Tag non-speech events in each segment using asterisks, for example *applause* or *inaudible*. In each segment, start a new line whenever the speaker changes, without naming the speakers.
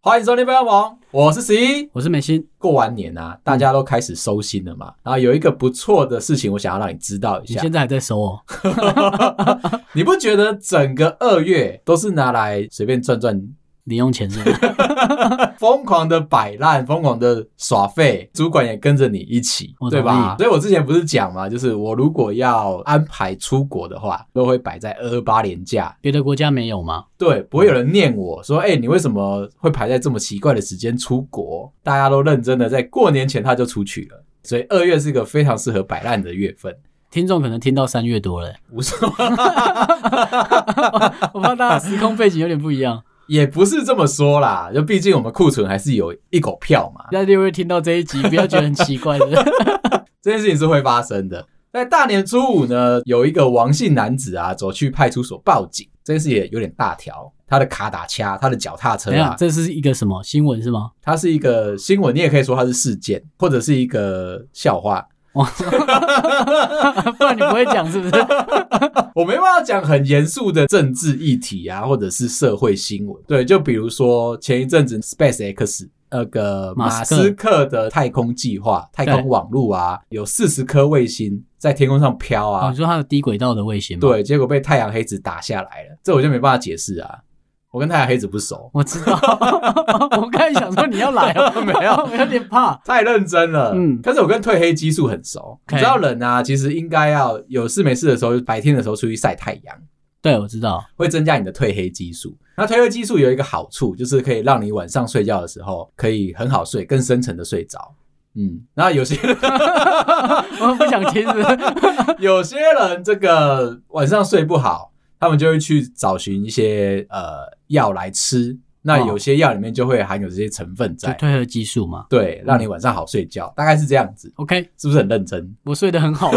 欢迎收听《飞扬网》，我是十一。
我是美心，
过完年
嗯
啊，大家都开始收心了嘛。然后有一个不错的事情，我想要让你知道一
你
下。
现在还在收哦？ *laughs*
你不觉得整个二月都是拿来随便赚 *laughs* 赚、
零用钱是
*laughs*
吗？
疯狂的摆烂、疯狂的耍废？主管也跟着你一起
我，
对吧？
同
所以我之前不是讲嘛，就是我如果要安排出国的话，都会摆在二二八年假，
别的国家没有吗？
对，不会有人念我说，哎、你为什么会排在这么奇怪的时间出国？大家都认真的在过年前他就出去了，所以二月是一个非常适合摆烂的月份。
听众可能听到三月
*laughs*
多了，欸
无所谓，
我怕大家时空背景有点不一样。
也不是这么说啦，就毕竟我们库存还是有一狗票嘛，
大家就会听到这一集，不要觉得很奇怪
*laughs*
的。
这件事情是会发生的。在大年初五呢，有一个王姓男子啊，走去派出所报警，这件事也有点大条。他的卡打掐，他的脚踏车
等一下，
啊，
这是一个什么新闻是
*laughs*
吗？
它是一个新闻，你也可以说它是事件，或者是一个笑话。
不然你不会讲是不是？
*laughs* 我没办法讲很严肃的政治议题啊，或者是社会新闻。对，就比如说前一阵子 SpaceX 那个马
马斯克
斯克的太空计划、太空网路啊，有四十颗卫星在天空上飘
哦，
啊
你，说它有低轨道的卫星吗？，
对，结果被太阳黑子打下来了，这我就没办法解释啊。我跟太阳黑子不熟，
我知道。 *laughs* 我刚才想说你要来
*laughs*
哦，
没有
*laughs* 我有点怕。
太认真了。嗯
嗯，
但是我跟褪黑激素很熟。
OK
你知道人啊，其实应该要有事没事的时候，白天的时候出去晒太阳。
对，我知道。
会增加你的褪黑激素。那褪黑激素有一个好处，就是可以让你晚上睡觉的时候可以很好睡，更深沉的睡着。嗯，那有些
我不想听是不
*laughs*
是
有些人这个晚上睡不好，他们就会去找寻一些呃药来吃。那
哦
有些药里面就会含有这些成分 *laughs*
就
在，
退合激素嘛。
对，让你晚上好睡觉，大概是这样子，
OK，
是不是很认真？
我睡得很好。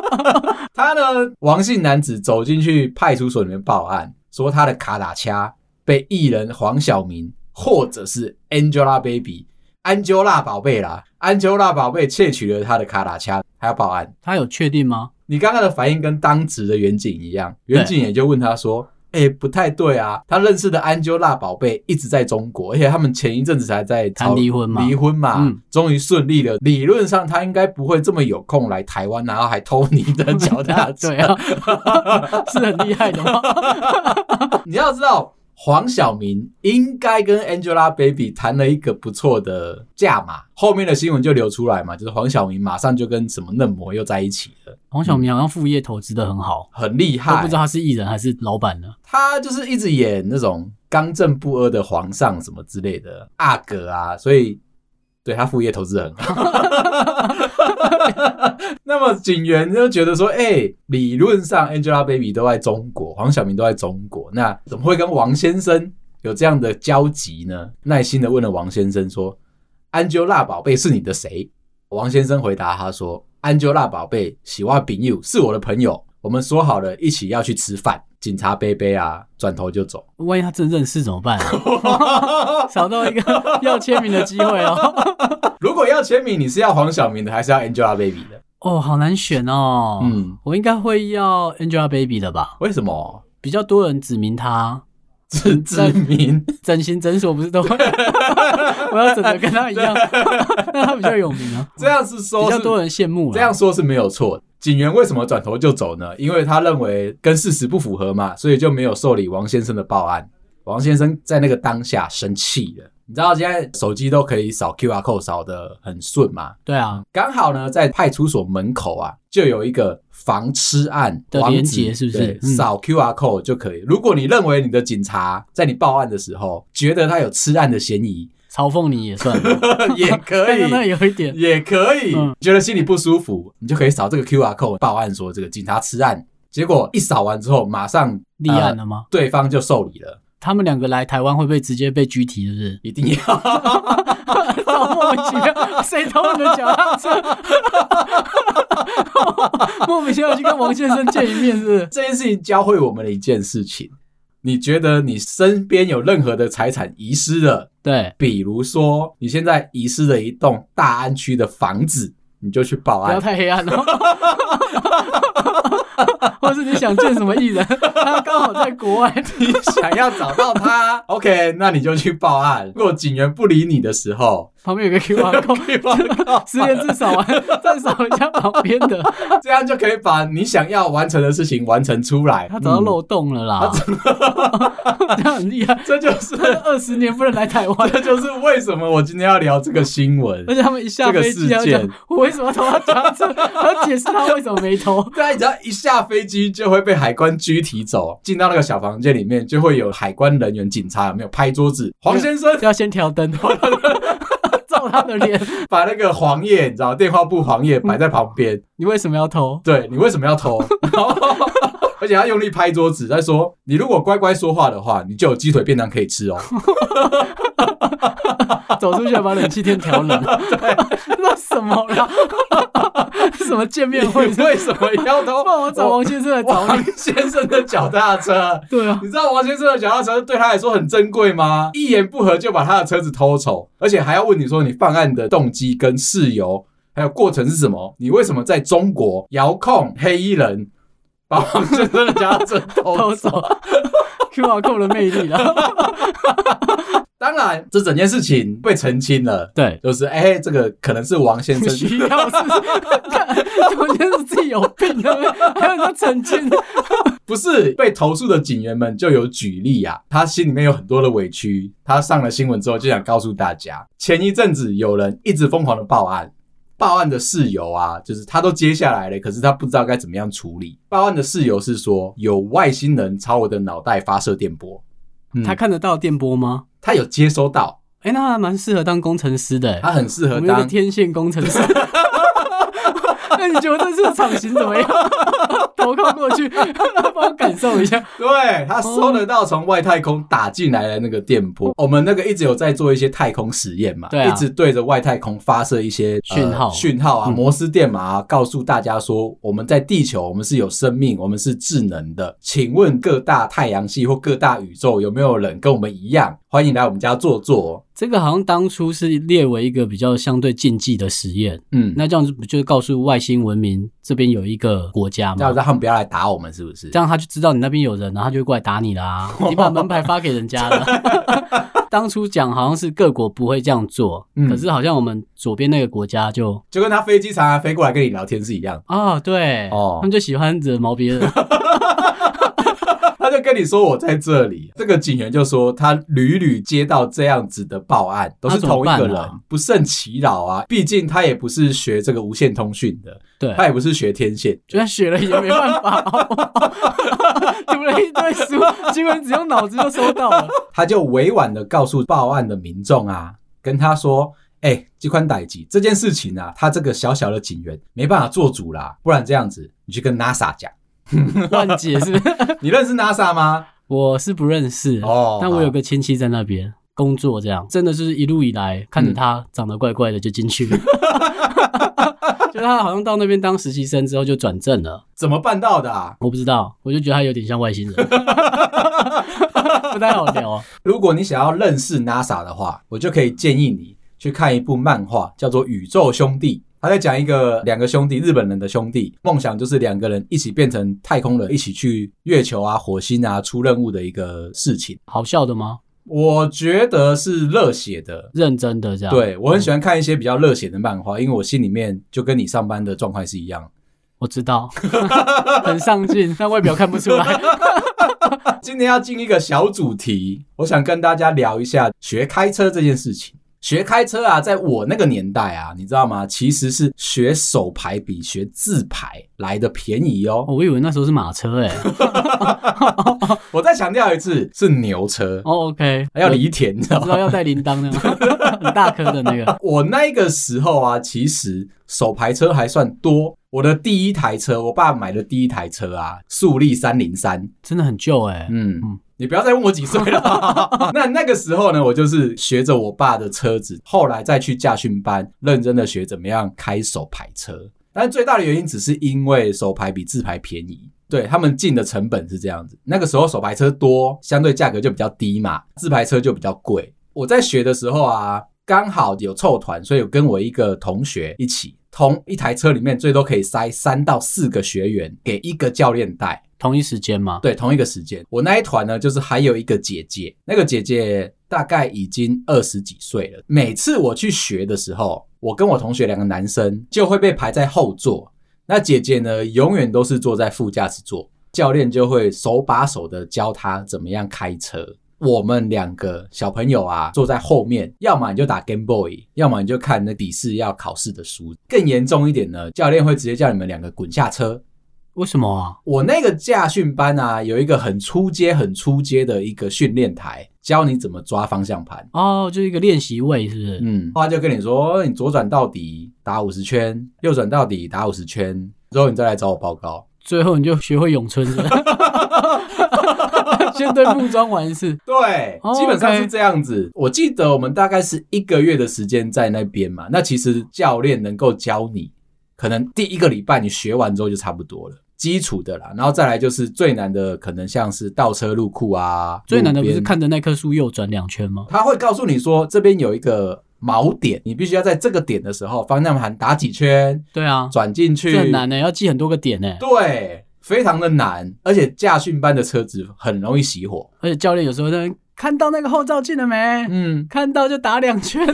*laughs*
他呢，王姓男子走进去派出所里面报案，说他的卡打掐被艺人黄晓明或者是 Angelababy 安吉拉宝贝啦，安吉拉宝贝窃取了他的卡打掐，还要报案。
他有确定吗？
你刚刚的反应跟当值的远景一样，远景也就问他说。哎、不太对啊！他认识的安吉拉宝贝一直在中国，而且他们前一阵子才在
谈
吵
离婚嘛
离婚嘛
嗯，
终于顺利了。理论上他应该不会这么有空来台湾，然后还偷你
*laughs*
的脚踏车。
对啊， *laughs* 是很厉害的吗？
你要知道，黄晓明应该跟 Angelababy 谈了一个不错的价码，后面的新闻就流出来嘛，就是黄晓明马上就跟什么嫩模又在一起了，
*laughs* 黄晓明好像副业投资的很好，
很厉
都
害
不知。道他是艺人还是老板呢。
他就是一直演那种刚正不阿的皇上什么之类的阿哥啊，所以对他副业投资得很好。 *laughs* 那么警员就觉得说，哎、理论上 Angelababy 都在中国，黄晓明都在中国，那怎么会跟王先生有这样的交集呢？耐心的问了王先生说，Angela 宝贝是你的谁？王先生回答他说：“Angela 宝贝，喜欢饼友是我的朋友，我们说好了一起要去吃饭。”警察杯杯啊，转头就走。 *laughs*
万一他真认识怎么办 *laughs* 啊？找到一个要签名的机会 *laughs* 哦。
如果要签名，你是要黄晓明的，还是要 Angelababy 的？
哦，好难选哦。
嗯，
我应该会要 Angelababy 的吧？
为什么？
比较多人指明她。
自自明，
整形诊所不是都 *laughs* 会？我要整的跟她一样， *laughs* 那她比较有名啊，
*laughs* 这样是
比
说
较
是
多人羡慕了。
这样说是没有错的。警员为什么转头就走呢？因为他认为跟事实不符合嘛，所以就没有受理王先生的报案。王先生在那个当下生气了。你知道现在手机都可以扫 QR code 扫的很顺嘛？
对啊
刚好呢，在派出所门口啊，就有一个防痴案
的
网址
连结是不是
对
嗯
扫 QR code 就可以。如果你认为你的警察在你报案的时候觉得他有痴案的嫌疑， *laughs*
嘲讽你也 *laughs* 算吧，
也
*laughs*
可以
刚，刚有一点
也可以，
嗯
觉得心里不舒服，你就可以扫这个 QR code 报案，说这个警察痴案。结果一扫完之后，马上
立案
呃
了吗？
对方就受理了，
他们两个来台湾会不会直接被拘提？是不是？
一定要。 *laughs*
莫名其妙，谁偷你的脚踏车？ *laughs* 莫名其妙去跟王先生见一面是不是？
这件事情教会我们的一件事情，你觉得你身边有任何的财产遗失了，
对，
比如说你现在遗失了一栋大安区的房子，你就去报
不要
案。
太黑暗了。 *laughs* 或是你想见什么艺人，他刚好在国外，
*laughs* 你想要找到他，OK，那你就去报案。如果警员不理你的时
*laughs*
候，
旁边有个 QR code，
可以报告
十连至少完，再扫一下旁边的，
这样就可以把你想要完成的事情完成出来。
他找到
嗯
漏洞了啦。 *laughs* 这样很厉害，
这就是，
二十年不能来台湾
这就是为什么我今天要聊这个新闻
而。且他们一下
这个
飞
事
机要
件
讲 *laughs* 我为什么要投他夹 *laughs* 子，还要解释他为什么没投。
对啊，你只要一下飞机就会被海关拘提走，进到那个小房间里面，就会有海关人员、警察有没有拍桌子？黄先生
要先调灯， *laughs* 照他的脸。
把那个黄页，你知道电话簿黄页摆在旁边，
你为什么要偷？
对你为什么要偷？ *laughs* 然后而且他用力拍桌子，在说你如果乖乖说话的话，你就有鸡腿便当可以吃哦。 *laughs*
走出去要把冷气天调冷。 *laughs* 那什么啦？ *laughs* 什么见面
你
会？ *laughs*
为什么要偷？
帮我找王先生来找你。
黄先生的脚踏车。
对啊，
你知道王先生的脚踏车对他来说很珍贵吗？一言不合就把他的车子偷走，而且还要问你说你犯案的动机跟事由，还有过程是什么？你为什么在中国遥控黑衣人把王先生的脚踏车偷
*laughs* 偷走 QR code 的魅力啦。
当然，这整件事情被澄清了，
对。
就是哎、这个可能是王先生。
需要是， *laughs* 看王先生自己有病，啊 *laughs* 还有他澄清，
不是被投诉的警员们就有举例啊，他心里面有很多的委屈，他上了新闻之后就想告诉大家，前一阵子有人一直疯狂的报案，报案的事由啊，就是他都接下来了，可是他不知道该怎么样处理。报案的事由是说有外星人朝我的脑袋发射电波，嗯
他看得到电波吗？
他有接收到，
哎、那还蛮适合当工程师的、欸。
他很适
我
合
们有个
当
天线工程师。 *laughs* 那你觉得这次场型怎么样？ *laughs* 投靠过去， *laughs* 帮我感受一下。
对他收得到从外太空打进来的那个电波。我们那个一直有在做一些太空实验嘛，
哦对啊
一直对着外太空发射一些呃
讯号
讯号啊，
嗯
摩斯电码啊，告诉大家说我们在地球，我们是有生命，我们是智能的。请问各大太阳系或各大宇宙有没有人跟我们一样？欢迎来我们家坐坐。
这个好像当初是列为一个比较相对禁忌的实验，
嗯，
那这样子不就是告诉外星文明这边有一个国家
那
吗？
让他们不要来打我们，是不是
这？样他就知道你那边有人，然后他就会过来打你 *laughs* 啦。你把门牌发给人家了。 *laughs* 当初讲好像是各国不会这样做，
嗯
可是好像我们左边那个国家就
就跟他飞机常常飞过来跟你聊天是一样的。
啊、对，
哦
他们就喜欢惹毛别 *laughs* 人。
他就跟你说我在这里，这个警员就说他屡屡接到这样子的报案，都是同一
那
个
怎
人，
么办啊
不胜其扰啊。毕竟他也不是学这个无线通讯的，
对，
他也不是学天线，
就算学了也没办法， *laughs* 好不好读了一堆书，结果你只用脑子就收到了。
他就委婉的告诉报案的民众啊，跟他说。哎、这款歹机这件事情啊，他这个小小的警员没办法做主啦，不然这样子，你去跟 NASA 讲， *laughs*
乱解是不是？
你认识 NASA 吗？
我是不认识，
哦
但我有个亲戚在那边工作，这样真的就是一路以来看着他长得怪怪的就
*laughs*
进去了。就他好像到那边当实习生之后就转正了，
怎么办到的啊？
我不知道，我就觉得他有点像外星人，不太好聊、哦。
如果你想要认识 NASA 的话，我就可以建议你去看一部漫画，叫做《宇宙兄弟》。他在讲一个两个兄弟，日本人的兄弟，梦想就是两个人一起变成太空人，一起去月球啊、火星啊出任务的一个事情。
好笑的吗？
我觉得是热血的，
认真的这样。，
对我很喜欢看一些比较热血的漫画，因为我心里面就跟你上班的状态是一样。
我知道，很上进，但外表看不出
*laughs*
来。
今天要进一个小主题，我想跟大家聊一下学开车这件事情。学开车啊，在我那个年代啊，你知道吗？其实是学手牌比学自牌来的便宜哦。
哦我以为那时候是马车哎、欸。
我再强调一次，是牛车，
哦，OK，
还要啊犁田，你知道
我知道
吗？
要带铃铛的吗？ *laughs* 很大颗的那个，
我那个时候啊，其实手牌车还算多。我的第一台车，我爸买的第一台车啊，速力三零三，
真的很旧哎、
嗯
嗯，
你不要再问我几岁了。那那个时候呢，我就是学着我爸的车子，后来再去驾训班，认真的学怎么样开手排车。但是最大的原因只是因为手排比自排便宜。对他们进的成本是这样子。那个时候手排车多，相对价格就比较低嘛，自排车就比较贵。我在学的时候啊，刚好有凑团，所以有跟我一个同学一起，同一台车里面最多可以塞三到四个学员给一个教练带。
同一时间嘛，
对，同一个时间，我那一团呢，就是还有一个姐姐，那个姐姐大概已经二十几岁了。每次我去学的时候，我跟我同学两个男生就会被排在后座，那姐姐呢，永远都是坐在副驾驶座，教练就会手把手的教她怎么样开车。我们两个小朋友啊，坐在后面，要么你就打 Game Boy，要么你就看那笔试要考试的书。更严重一点呢，教练会直接叫你们两个滚下车，
为什么啊？
我那个驾训班啊，有一个很出街、很出街的一个训练台，教你怎么抓方向盘。
哦，就一个练习位是不是？
嗯，他就跟你说，你左转到底打五十圈，右转到底打五十圈，之后你再来找我报告。
最后你就学会咏
*laughs*
春是不是？先对木桩玩一次，
对
哦
基本上
OK
是这样子。我记得我们大概是一个月的时间在那边嘛。那其实教练能够教你，可能第一个礼拜你学完之后就差不多了。基础的啦，然后再来就是最难的，可能像是倒车入库啊。
最难的
路
不
边
是看着那棵树右转两圈吗？
他会告诉你说这边有一个锚点，你必须要在这个点的时候方向盘打几圈，
对啊，
转进去。
这很难呢、欸要记很多个点呢、
对，非常的难，而且驾训班的车子很容易熄火。
而且教练有时候在那看到那个后照镜了没？
嗯，
看到就打两圈，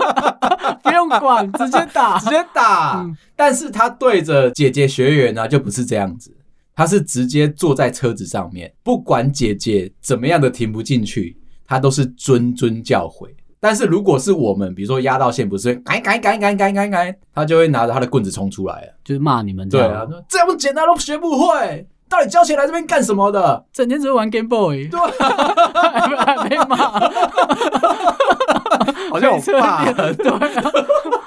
*laughs* 不用管，直接打
直。接打。
嗯
但是他对着姐姐学员呢、就不是这样子。他是直接坐在车子上面，不管姐姐怎么样的停不进去，他都是谆谆教诲。但是如果是我们，比如说压到线，不是改改改改改改改，他就会拿着他的棍子冲出来了。
就是骂你们这
对
样，
啊，说这么简单都学不会，到底交钱来这边干什么的？
整天只会玩 Game Boy，
对啊
还被还被骂，
*laughs* 好像我爸，
对啊，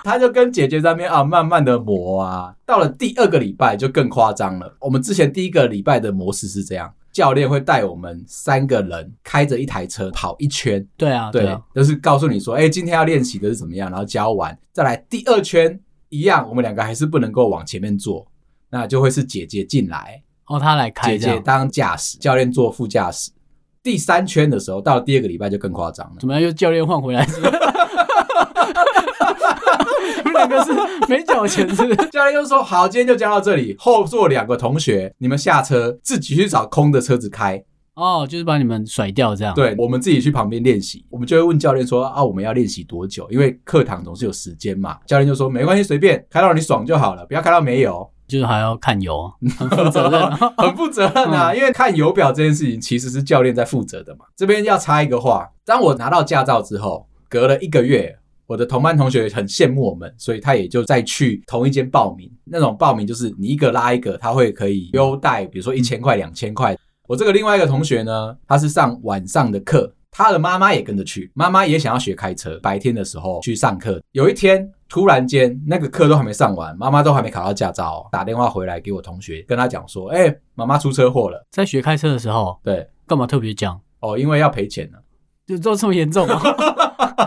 他就跟姐姐在那边啊，慢慢的磨啊。到了第二个礼拜就更夸张了。我们之前第一个礼拜的模式是这样，教练会带我们三个人开着一台车跑一圈，
*laughs* 对啊，对
对
啊，，
就是告诉你说，哎，今天要练习的是怎么样，然后教完再来第二圈一样，我们两个还是不能够往前面坐，那就会是姐姐进来，
哦，他来开
姐
这
姐
样，
当驾驶，教练做副驾驶。第三圈的时候，到了第二个礼拜就更夸张了。
怎么样？又教练换回来是不 *laughs* 是？你们两个是没缴钱是不
*laughs*
是？*laughs*
教练就说：“好，今天就教到这里。后座两个同学，你们下车自己去找空的车子开。
哦，就是把你们甩掉这样。，
对，我们自己去旁边练习。我们就会问教练说：啊，我们要练习多久？因为课堂总是有时间嘛。教练就说：没关系，随便开到你爽就好了，不要开到没有。
就是还要看油，很负责任啊。
*laughs*
嗯
很负责任啊，因为看油表这件事情其实是教练在负责的嘛。这边要插一个话，当我拿到驾照之后，隔了一个月，我的同班同学很羡慕我们，所以他也就再去同一间报名。那种报名就是你一个拉一个，他会可以优待，比如说一千块、两千块。我这个另外一个同学呢，他是上晚上的课，他的妈妈也跟着去，妈妈也想要学开车，白天的时候去上课。有一天突然间那个课都还没上完，妈妈都还没考到驾照哦、打电话回来给我同学，跟他讲说：“哎、妈妈出车祸了。
在学开车的时候”，
对，
干嘛特别讲？
哦，因为要赔钱呢、
有到这么
*laughs*
严重吗？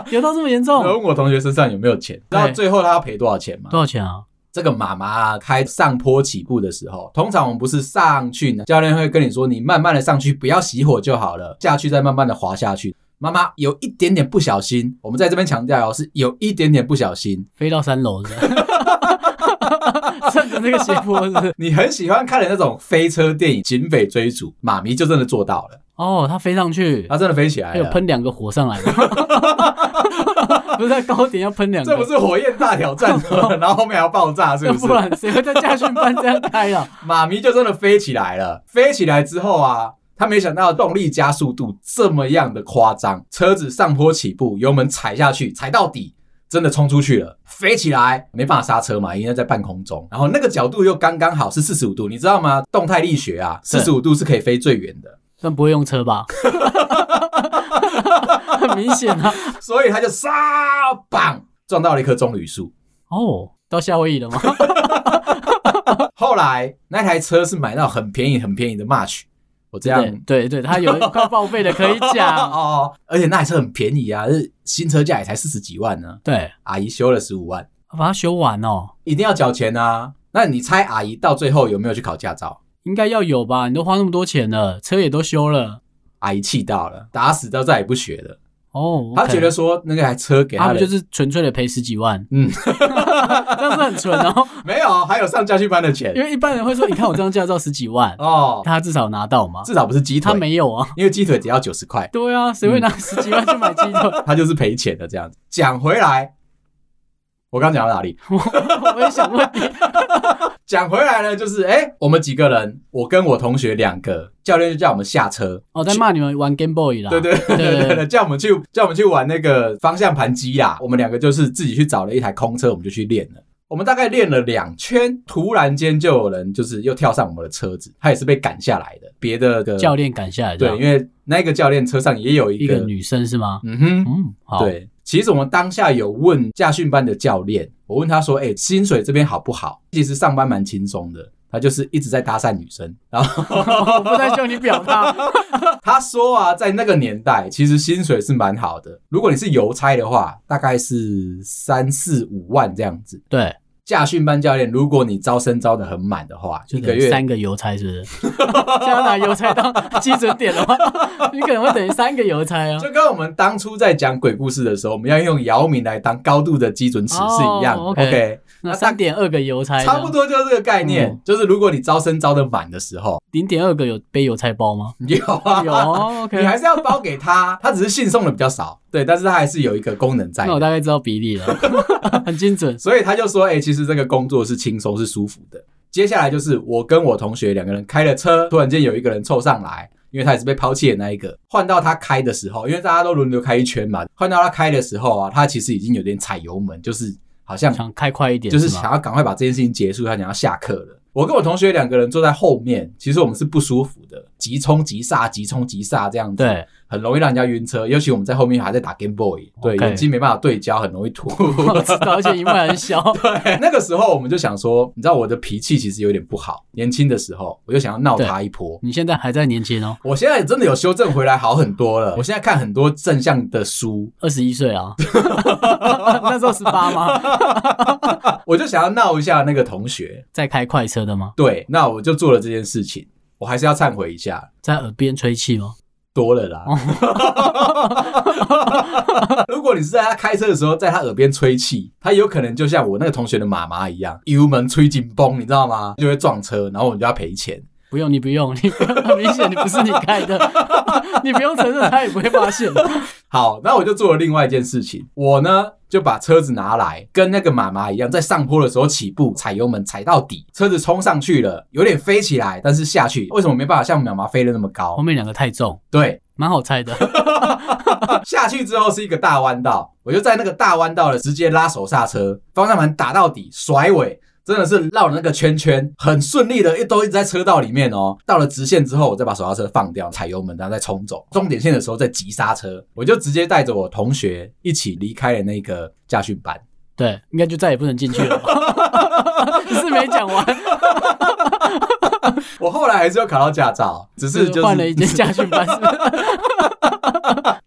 有到这么严重
然？后问我同学身上有没有钱，知道
对
最后他要赔多少钱吗？
多少钱啊？
这个妈妈啊开上坡起步的时候，通常我们不是上去呢，教练会跟你说，你慢慢的上去，不要熄火就好了，下去再慢慢的滑下去。妈妈有一点点不小心，我们在这边强调哦，是有一点点不小心。
飞到三楼是不是？ *laughs* 顺着那个斜坡是不是？
你很喜欢看的那种飞车电影，警匪追逐，妈咪就真的做到了，
哦，他飞上去，
她真的飞起来
还有
了。
哎喷两个火上来的，不是在高点要喷两
这不
个，
是火焰大挑战吗？然后后面还要爆炸，是
要
不是
不？然谁会在驾训班这样开啊？
妈咪就真的飞起来了。飞起来之后啊，他没想到动力加速度这么样的夸张，车子上坡起步，油门踩下去，踩到底。真的冲出去了，飞起来，没办法刹车嘛，因为在半空中，然后那个角度又刚刚好是四十五度，你知道吗？动态力学啊，四
对
十五度是可以飞最远的，
但不会用车
*laughs*
吧？很明显啊！
所以他就杀，砰，撞到了一棵棕榈树。
哦，到夏威夷了吗？
后来那台车是买到很便宜、很便宜的 March，我这样
对对对，他有快报废的可以讲。
*laughs* 哦，而且那台车很便宜啊，是新车价也才四十几万呢、
对，
阿姨修了十五万，
把它修完哦，
一定要缴钱啊。那你猜阿姨到最后有没有去考驾照？
应该要有吧？你都花那么多钱了，车也都修了。
阿姨气到了，打死到再也不学了。
哦，啊
他觉得说那个台车给
他
他
们
的
就是纯粹的赔十几万，
嗯，
*laughs* 这样是很纯哦。
没有，还有上家训班的钱
因为一般人会说，你看我这张驾照十几万，
*laughs* 哦，
他至少拿到嘛。
至少不是鸡
他
腿，
没有啊。
因为鸡腿只要九十块，
对啊，谁会拿十几万去买 *laughs* 鸡腿？
他就是赔钱的这样子。讲回来，我刚讲到哪里？
我也想问你，
讲回来呢，就是哎、我们几个人，我跟我同学两个，教练就叫我们下车，
哦，在骂你们玩 Game Boy 啦。
对对对对对对，叫我们去叫我们去玩那个方向盘机啦。我们两个就是自己去找了一台空车，我们就去练了。我们大概练了两圈，突然间就有人就是又跳上我们的车子，他也是被赶下来的。别的的
教练赶下来
对，
这样，
因为那个教练车上也有一
一
个
个女生是吗？
嗯哼，
嗯，好。
对。其实我们当下有问驾训班的教练，我问他说：“哎、薪水这边好不好？”其实上班蛮轻松的，他就是一直在搭讪女生。然后
*laughs* 我不太希望你
*laughs*
表达。
他说啊，在那个年代，其实薪水是蛮好的。如果你是邮差的话，大概是三四五万这样子。
对，
驾训班教练，如果你招生招的很满的话，
就
一个
等于
月
三个邮差是不是？这样拿邮差当基准点的话， *laughs* 你可能会等于三个邮差啊。
就跟我们当初在讲鬼故事的时候，我们要用姚明来当高度的基准尺是一样的。
哦，OK
OK，
那三点二个邮差，
差不。多就是这个概念。
嗯
就是如果你招生招的满的时候，
零点二个有背邮差包吗？
有啊，
有
*laughs*
哦，OK。
你还是要包给他，他只是信送的比较少，对，但是他还是有一个功能在
那。我大概知道比例了， *laughs* 很精准。
所以他就说：“哎、其实这个工作是轻松是舒服的。”接下来就是我跟我同学两个人开了车，突然间有一个人凑上来，因为他也是被抛弃的那一个。换到他开的时候，因为大家都轮流开一圈嘛，换到他开的时候啊，他其实已经有点踩油门，就是好像
想开快一点，
就是
吗
想要赶快把这件事情结束，他想要下课了。我跟我同学两个人坐在后面，其实我们是不舒服的，急冲急刹，急冲急刹这样子。
对， *laughs*
很容易让人家晕车，尤其我们在后面还在打 Game Boy，对
OK
眼睛没办法对焦，很容易吐。
我知道，而且荧幕还很小。
对， *laughs* 那个时候我们就想说，你知道我的脾气其实有点不好，年轻的时候我就想要闹他一波。
你现在还在年轻哦，
我现在真的有修正回来，好很多了。我现在看很多正向的书，
二十一岁
*laughs*
啊，那时候十八吗？
我就想要闹一下那个同学。
在开快车的吗？
对，那我就做了这件事情，我还是要忏悔一下，
在耳边吹气吗？
多了啦。如果你是在他开车的时候，在他耳边吹气，他有可能就像我那个同学的妈妈一样，油门吹紧绷，你知道吗？就会撞车，然后我们就要赔钱。
不用，你不用，你不用很明显你不是你开的， *laughs* 你不用承认，他也不会发现。
好，那我就做了另外一件事情，我呢就把车子拿来，跟那个妈妈一样，在上坡的时候起步，踩油门踩到底，车子冲上去了，有点飞起来，但是下去为什么没办法像妈妈飞得那么
后
高？
面两个太重，
对，
蛮好猜的。
下去之后是一个大弯道，我就在那个大弯道了，直接拉手刹车，方向盘打到底，甩尾，真的是绕了那个圈圈，很顺利的，一都一直在车道里面哦。到了直线之后，我再把手刹车放掉，踩油门，然后再冲走。终点线的时候再急刹车，我就直接带着我同学一起离开了那个驾训班。
对，应该就再也不能进去了 *laughs* 吧。只是没讲完，
我后来还是有考到驾照，只是就是
换了一间家训班，是不是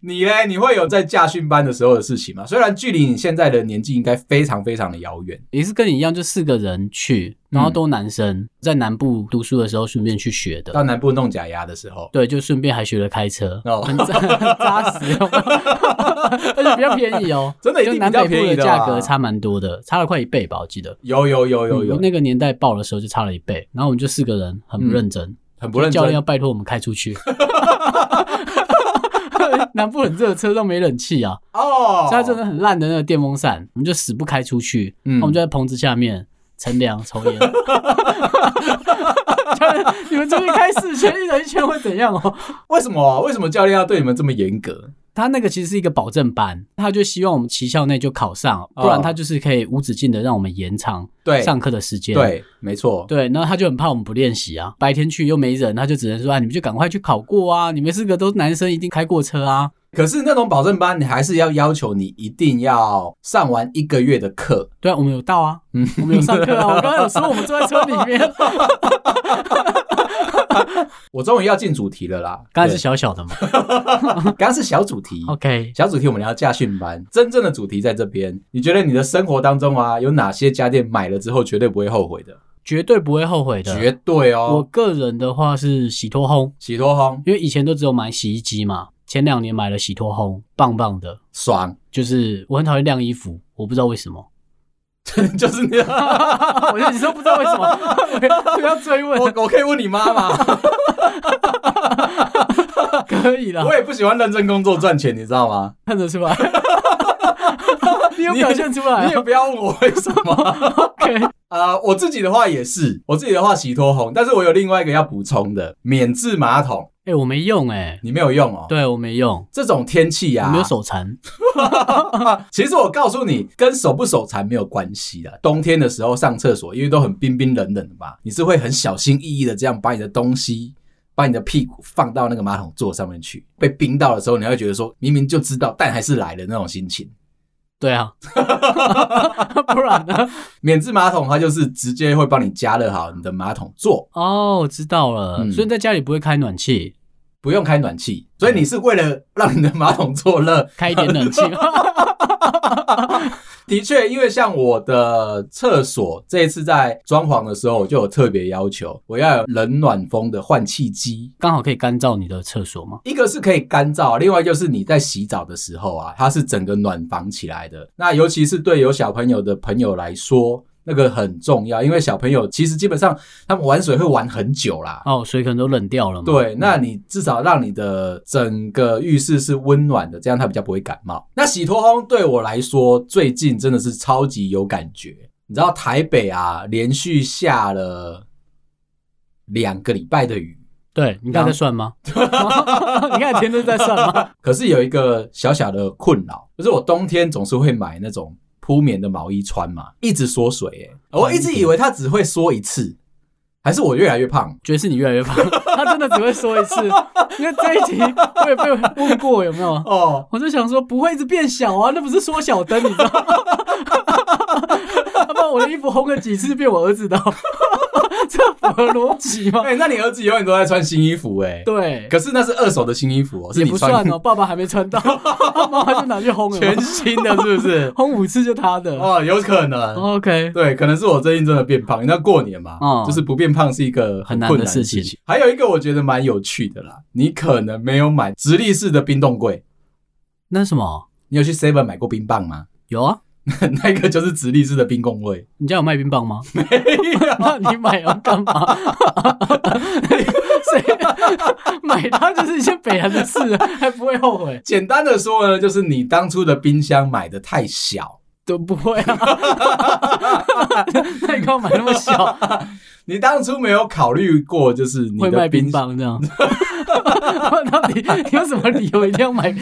你嘞，你会有在驾训班的时候的事情吗？虽然距离你现在的年纪应该非常非常的遥远。
也是跟你一样，就四个人去，然后都男生，在南部读书的时候顺便去学的。
到南部弄假牙的时候，
对，就顺便还学了开车，
哦
很 *laughs* 扎很扎实哦， *laughs* 而且比较便宜哦，
真的一
就
定
南
比较
北部
便宜
的
的
价
啦
格差蛮多的，差了快一倍吧，我记得。
有有有有有，
嗯那个年代报的时候就差了一倍，然后我们就四个人很不认真，
很嗯不认
教练要
真。
拜托我们开出去。 *laughs* 南部很热，车上没冷气啊，
哦
所以它真的很烂的那个电风扇，我们就死不开出去，
嗯
我们就在棚子下面乘凉抽
*laughs*
烟。 *laughs* 教练，你们出去开四圈，一人一圈会怎样哦？
为什么？为什么教练要对你们这么严格？
他那个其实是一个保证班，他就希望我们期校内就考上，
哦
不然他就是可以无止境的让我们延长
对，
上课的时间。
对，没错，
对，然后他就很怕我们不练习啊，白天去又没人，他就只能说啊，你们就赶快去考过啊，你们四个都男生，一定开过车啊。
可是那种保证班，你还是要要求你一定要上完一个月的课。
对啊，我们有到啊，
嗯
我们有上课啊。我刚刚有说我们坐在车里
*laughs*
面，
我终于要进主题了啦，
刚才是小小的嘛。
对刚刚是小主题。
OK，
小主题我们聊驾训班，真正的主题在这边。你觉得你的生活当中啊，有哪些家电买了之后绝对不会后悔的？
绝对不会后悔的。
绝对
我
哦，
个人的话是洗脱烘，
洗脱烘
因为以前都只有买洗衣机嘛，前两年买了洗脱烘，棒棒的。
爽， *laughs*
就是我很讨厌晾衣服，我不知道为什么，
就是你。
*laughs* 我就一直都不知道为什 *laughs* 么，不要追
我
问，
我可以问你妈
*laughs*
妈，
可以啦
我，也不喜欢认真工作赚钱，你知道吗？
看得出来， *laughs* 你有
你
表现出来
*laughs* 你也
啊
不要问我为什么。 *laughs*
，OK，
呃，我自己的话也是，我自己的话洗脱红，但是我有另外一个要补充的，免治马桶，
哎，我没用哎，
你没有用哦。，
对我没用，
这种天气呀、
我没有手残，
*laughs* 其实我告诉你，跟手不手残没有关系的。冬天的时候上厕所，因为都很冰冰冷冷的嘛，你是会很小心翼翼的这样把你的东西。把你的屁股放到那个马桶座上面去，被冰到的时候，你会觉得说明明就知道，但还是来了那种心情。
对 *laughs* 啊，不然呢？
免治马桶它就是直接会帮你加热好你的马桶座，
哦，我知道了，
嗯
所以在家里不会开暖气，
不用开暖气，所以你是为了让你的马桶座热。
开一点冷 *laughs* 气，
的确，因为像我的厕所这一次在装潢的时候，我就有特别要求，我要有冷暖风的换气机。
刚好可以干燥你的厕所嘛。
一个是可以干燥，另外就是你在洗澡的时候啊，它是整个暖房起来的。那尤其是对有小朋友的朋友来说，那个很重要，因为小朋友其实基本上他们玩水会玩很久啦。
哦，所以可能都冷掉了嘛。
对，那你至少让你的整个浴室是温暖的，这样它比较不会感冒。那洗脱烘对我来说，最近真的是超级有感觉。你知道台北啊，连续下了两个礼拜的雨，
对， *laughs* 你刚才在算吗？你看天都在算吗？
可是有一个小小的困扰，就是我冬天总是会买那种铺棉的毛衣穿嘛，一直缩水、欸，我一直以为它只会缩一次，还是我越来越胖？
觉得是你越来越胖， *laughs* 他真的只会说一次。因为这一题我也被问过，有没有？
哦，
我就想说不会一直变小啊，那不是缩小灯，你知道吗？ *laughs* 他把我的衣服烘了几次变我儿子的 *laughs* 哦，这符合逻辑吗？
哎、那你儿子永远都在穿新衣服、欸，
对，
可是那是二手的新衣服哦，是
也
你
不
穿
算
*laughs*
哦，爸爸还没穿到， *laughs* 妈妈就拿去烘
全
了，？
新的，是不是
*laughs* 烘五次就他的。
哦，有可能。
OK，
对，可能是我最近真的变胖，你知道过年嘛，
嗯
就是不变胖是一个
很难
困
的
难
事
情。
情
还有一个我觉得蛮有趣的啦，你可能没有买直立式的冰冻柜，
那什么
你有去 Seven 买过冰棒吗？ *laughs*
有啊？
那个就是直立式的冰冻柜，
你家有卖冰
*laughs*
棒吗？没有，那你买要干嘛？ *laughs* 谁买它就是一件北人的事，还不会后悔？
简单的说呢，就是你当初的冰箱买的太小，
都不会啊。 *laughs* 那你干嘛买那么小？
你当初没有考虑过，就是你
会
的
卖冰
冰箱
棒这样？到底你有什么理由一定要买？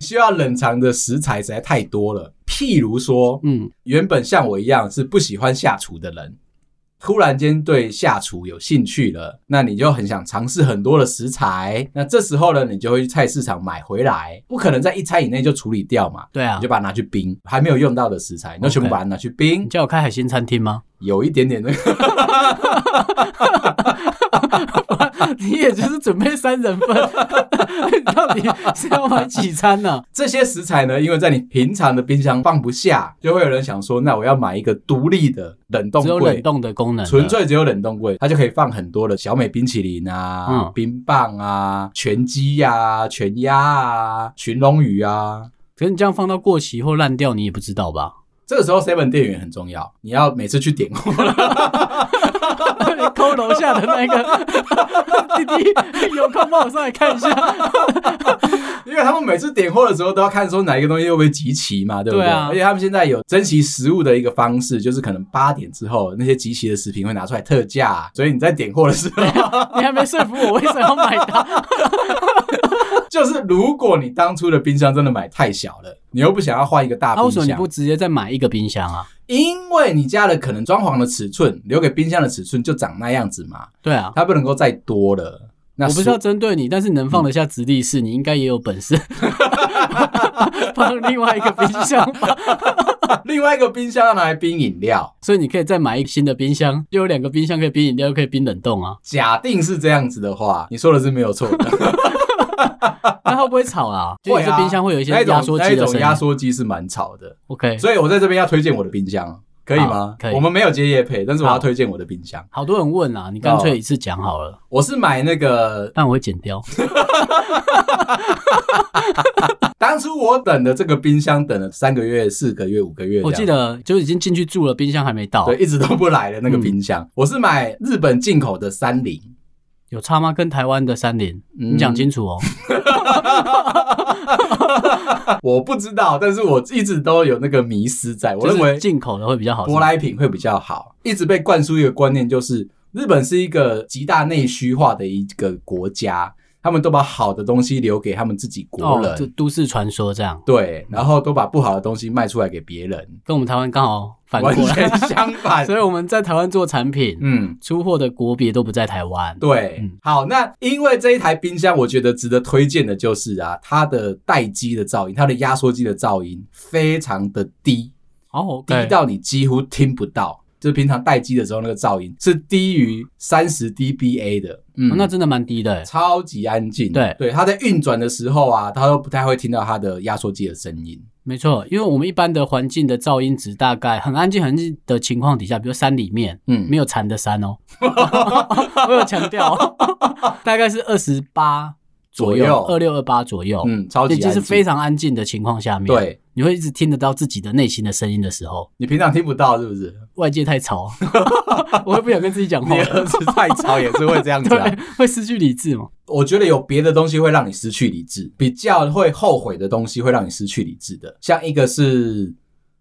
需要冷藏的食材实在太多了，譬如说，
嗯，
原本像我一样是不喜欢下厨的人，忽然间对下厨有兴趣了，那你就很想尝试很多的食材。那这时候呢，你就会去菜市场买回来，不可能在一餐以内就处理掉嘛，
对啊
你就。把它拿去冰。还没有用到的食材，你就全部
OK
把它拿去冰
你叫我开海鲜餐厅吗？
有一点点那个
你也就是准备三人份， *laughs* 你到底是要买几餐呢、
*laughs* 这些食材呢，因为在你平常的冰箱放不下，就会有人想说，那我要买一个独立的冷冻
只有冷
柜。
冻的功能了，
纯粹只有冷冻柜，它就可以放很多的小美冰淇淋啊、
嗯
冰棒啊、全鸡呀、全鸭啊、鲟龙鱼啊。
可是你这样放到过期或烂掉，你也不知道吧？
这个时候 Seven 店员很重要，你要每次去点货， *laughs*
抠楼下的那个 *laughs* 弟弟，有空帮我上来看一下。
因为他们每次点货的时候都要看说哪一个东西会不会集齐嘛，对不对？
对啊
而且他们现在有珍惜食物的一个方式，就是可能八点之后那些集齐的食品会拿出来特价，所以你在点货的时候， *laughs*
你还没说服我为什么要买它？
就是如果你当初的冰箱真的买太小了，你又不想要换一个大
啊，为
冰
什么
箱，
你不直接再买一个冰箱啊？
因为你家的可能装潢的尺寸留给冰箱的尺寸就长那样子嘛，
对啊，
它不能够再多了。那
我不是
所
要针对你，但是你能放得下直立式，你应该也有本 *laughs* 事放另外一个冰箱吧。
*laughs* 另外一个冰箱要拿来冰饮料，
*laughs* 所以你可以再买一个新的冰箱，又有两个冰箱可以冰饮料，又可以冰冷冻啊。
假定是这样子的
*laughs*
话，你说的是没有错的。
那它会不会吵啊？就
会
是
啊，
*laughs* 冰箱会有一些
那一种
压缩
那
机
一
的
种
声
压
音。
缩机是蛮吵的，
OK，
所以我在这边要推荐我的冰箱。可以吗
好？可以
我们没有接夜配，但是我要
好
推荐我的冰箱。
好多人问啊，你干脆一次讲好了，
我是买那个，
但我会剪掉。
当初我等的这个冰箱等了三个月、四个月、五个月这样，
我记得就已经进去住了，冰箱还没到，啊
对，一直都不来的那个
嗯
冰箱。我是买日本进口的三菱，
有差吗？跟台湾的三菱，
嗯
你讲清楚哦。
我不知道，但是我一直都有那个迷失在，我
就是
认为
进口的会比较好吃。
舶来品会比较好，一直被灌输一个观念，就是日本是一个极大内需化的一个国家，他们都把好的东西留给他们自己国人，
哦，就都市传说这样，
对，然后都把不好的东西卖出来给别人，
跟我们台湾刚好反过
完
来，
全相反
*laughs* 所。以我们在台湾做产品，
嗯，
出货的国别都不在台湾。
对，
嗯
好，那因为这一台冰箱，我觉得值得推荐的就是啊，它的待机的噪音，它的压缩机的噪音非常的低，
哦，
低
对，
到你几乎听不到。就是平常待机的时候，那个噪音是低于三十 dBA 的，嗯
哦那真的蛮低的欸。
超级安静。
对
对，它在运转的时候啊，它都不太会听到它的压缩机的声音。
没错，因为我们一般的环境的噪音值大概很安静、很安静的情况底下，比如山里面
嗯
没，有蝉的山哦， *laughs* 我有强调，哦大概是二十八
左
左
右
右，二六二八左右，
嗯，超级
已
安静。
经是非常安静的情况下面，，
对，
你会一直听得到自己的内心的声音的时候，
你平常听不到是不是？
外界太吵，啊 *laughs* 我会不想跟自己讲话
你，儿
*laughs*
子太吵也是会这样子、啊。
对，会失去理智嘛。
我觉得有别的东西会让你失去理智，比较会后悔的东西会让你失去理智的，像一个是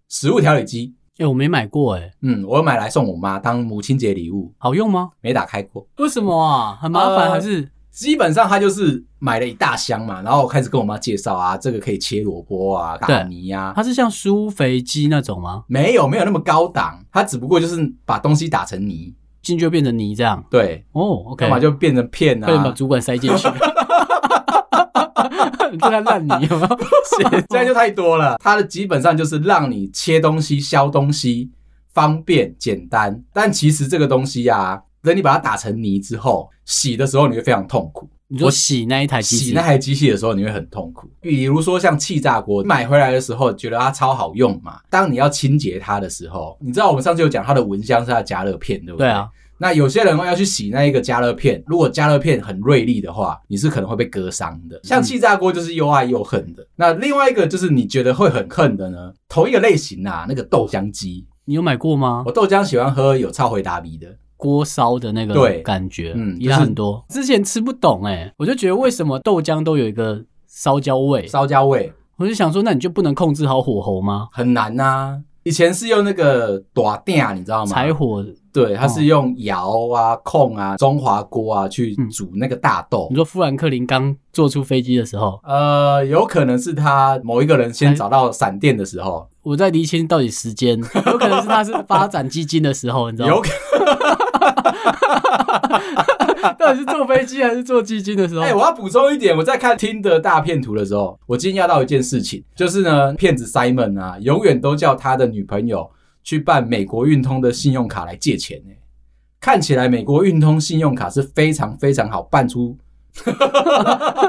食物调理机，
哎、我没买过哎、
嗯，我买来送我妈当母亲节礼物，
好用吗？
没打开过。
为什么啊？很麻烦、
呃
还是
基本上她就是买了一大箱嘛，然后我开始跟我妈介绍啊，这个可以切萝卜啊、打
对
泥啊。
它是像疏肥机那种吗？
没有没有那么高档，它只不过就是把东西打成泥，
进去就变成泥这样？
对，
哦，OK，
干嘛就变成片
*laughs* 快点
*laughs*
把
啊？
主管塞进去。你这他烂泥哦吗？
*laughs* 这样就太多了。它的基本上就是让你切东西、削东西方便简单，但其实这个东西啊，等你把它打成泥之后，洗的时候你会非常痛苦，
你说洗那一台机
洗
器
那，台机器的时候你会很痛苦。比如说像气炸锅，买回来的时候觉得它超好用嘛，当你要清洁它的时候，你知道我们上次有讲它的蚊香是它的加热片，对不
对啊，
那有些人要去洗那一个加热片，如果加热片很锐利的话，你是可能会被割伤的。
嗯
像气炸锅就是又爱又恨的。那另外一个就是你觉得会很恨的呢，同一个类型啊，那个豆浆机，
你有买过吗？
我豆浆喜欢喝有超回答鼻的，
锅烧的那个
对
感觉，
嗯
也
就是
很多。之前吃不懂哎、我就觉得为什么豆浆都有一个烧焦味，
烧焦味
我就想说，那你就不能控制好火候吗？
很难呐、啊。以前是用那个短电啊，你知道吗？
柴火，
对，它是用窑啊、控啊、中华锅啊去煮那个大豆
你。说富兰克林刚做出飞机的时候，
呃，有可能是他某一个人先找到闪电的时候，
我在厘清到底时间，
*laughs*
有可能是他是发展基金的时候，你知道
有
吗？到底是坐飞机还是坐基金的时候？
哎、我要补充一点，我在看听的大片图的时候，我惊讶到一件事情，就是呢，骗子 Simon 啊，永远都叫他的女朋友去办美国运通的信用卡来借钱、欸、看起来美国运通信用卡是非常非常好办出， *laughs*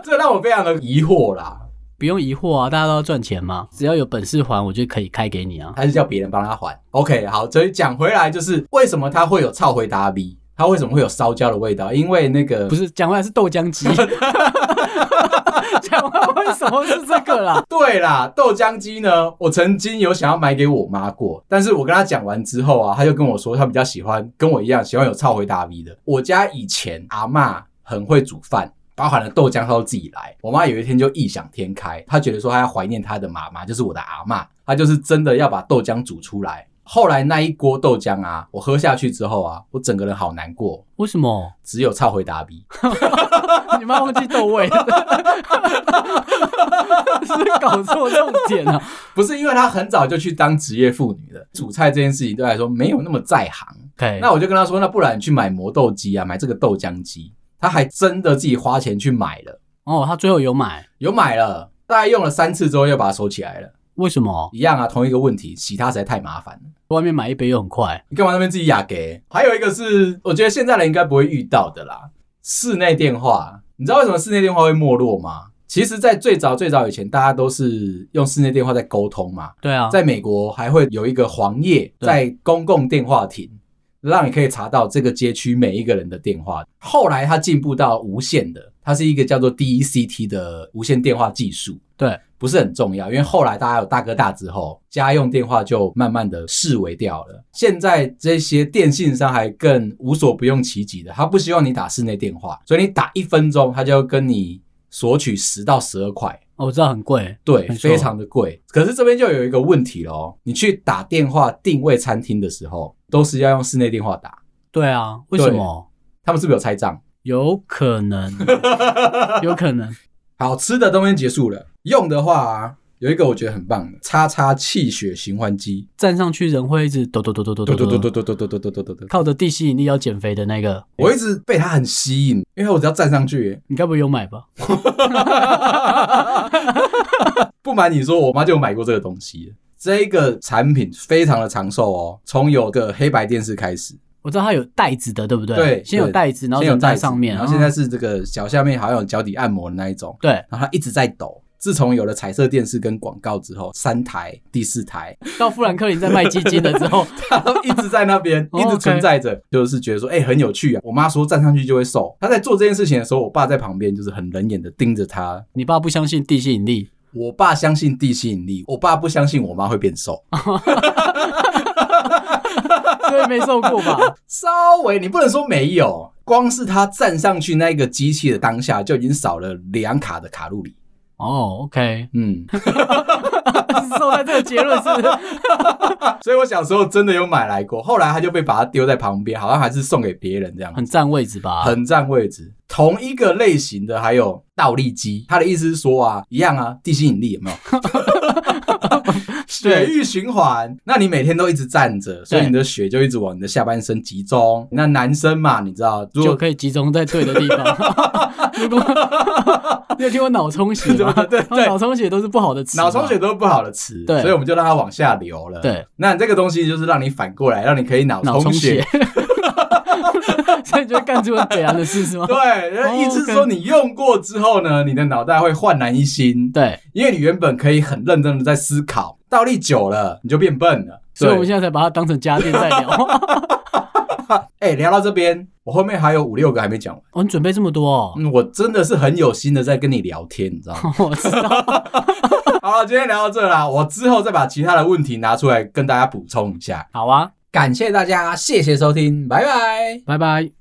这让我非常的疑惑啦，
不用疑惑啊，大家都要赚钱嘛，只要有本事还，我就可以开给你啊。
还是叫别人帮他还？OK，好，所以讲回来就是为什么他会有超回答 B，他为什么会有烧焦的味道？因为那个
不是，讲回来是豆
*laughs*
浆机。讲完为什么是这个啦？
对啦，豆浆机呢，我曾经有想要买给我妈过，但是我跟她讲完之后啊，她就跟我说，她比较喜欢跟我一样喜欢有超回答 V 的。我家以前阿嬷很会煮饭。包含了豆浆，她都自己来。我妈有一天就异想天开，她觉得说她要怀念她的妈妈，就是我的阿嬷，她就是真的要把豆浆煮出来。后来那一锅豆浆啊，我喝下去之后啊，我整个人好难过，
为什么？
只有超回答 V。
*laughs* 你妈忘记豆味了？是不是搞错重点 *laughs* 了、啊。
不是因为她很早就去当职业妇女了，煮菜这件事情对她来说没有那么在行。
OK，
那我就跟他说，那不然你去买磨豆机啊，买这个豆浆机。他还真的自己花钱去买了，
哦，他最后有买，
有买了，大概用了三次之后又把它收起来了。
为什么？
一样啊，同一个问题，洗它实在太麻烦了。
外面买一杯又很快，
你干嘛那边自己雅给？还有一个是，我觉得现在人应该不会遇到的啦，室内电话。你知道为什么室内电话会没落吗？其实，在最早最早以前，大家都是用室内电话在沟通嘛。
对啊，
在美国还会有一个黄页，
对
在公共电话亭，让你可以查到这个街区每一个人的电话。后来它进步到无线的，它是一个叫做 DECT 的无线电话技术，
对，
不是很重要，因为后来大家有大哥大之后，家用电话就慢慢的视为掉了。现在这些电信商还更无所不用其极的，他不希望你打室内电话，所以你打一分钟，他就要跟你索取十到十二块。
哦我知道很贵，
对，
没错
非常的贵。可是这边就有一个问题喽，你去打电话定位餐厅的时候，都是要用室内电话打，
对啊，为什么？
他们是不是有拆账？
有可 *laughs* 能，有可能，
好吃的东西结束了，用的话、啊、有一个我觉得很棒的，叉叉气血循环机，
站上去人会一直抖抖抖抖抖
嘟
抖
嘟嘟
抖抖
嘟，嘟嘟嘟嘟嘟嘟嘟嘟。
靠着地吸引力要减肥的那个，
我一直被它很吸引，因为我只要站上去，
你该不会有买吧？
不瞒你说，我妈就有买过这个东西了。这个产品非常的长寿哦，从有个黑白电视开始，
我知道它有袋子的，对不对？
对
先有袋子，然后
先有
人在
袋子
上面，
然后现在
嗯
是这个脚下面好像有脚底按摩的那一种，
对，
然后它一直在抖。自从有了彩色电视跟广告之后，三台、第四台， *laughs*
到富兰克林在卖鸡精了之后，
它都一直在那边，
哦
一直存在着，就是觉得说，哎、很有趣啊。我妈说站上去就会瘦，她在做这件事情的时候，我爸在旁边就是很冷眼的盯着她。
你爸不相信地吸引 *laughs* 力，
我爸相信地吸引力，我爸不相信我妈会变瘦。
所以没受过吧？
稍微，你不能说没有，光是他站上去那个机器的当下，就已经少了两卡的卡路里。
哦，OK，
嗯，
是受在这个结论是不是
所以我小时候真的有买来过，后来他就被把它丢在旁边，好像还是送给别人这样，
*laughs* 很占位置吧？
很占位置。同一个类型的还有倒立机，他的意思是说啊，一样啊，地吸引力有没有？血
*laughs* 对
液循环，那你每天都一直站着，所以
对
你的血就一直往你的下半身集中。那男生嘛，你知道，如
就
果
可以集中在对的
*laughs*
地方。如果 *laughs* 你有听过脑充血吗？
对对对
脑充血都是不好的词嘛。
脑充血都是不好的词，
对
所以我们就让它往下流了。
对，
那这个东西就是让你反过来，让你可以脑
脑充
血
血。， *laughs* 所以你就会干出很怎样的
*laughs*
事是
*laughs*
吗？
对，然后意思是说
哦 OK
你用过之后呢，你的脑袋会焕然一新，
对，
因为你原本可以很认真的在思考，倒立久了你就变笨了。
所以我们
对
现在才把它当成家电在
*laughs*
聊。
哎、聊到这边，我后面还有五六个还没讲完。
哦，你准备这么多哦？
嗯，我真的是很有心的在跟你聊天，你知道 *laughs* 吗？
*laughs* 我知道，
好了，今天聊到这啦，我之后再把其他的问题拿出来跟大家补充一下。
好啊，
感谢大家，谢谢收听，拜拜。
拜拜。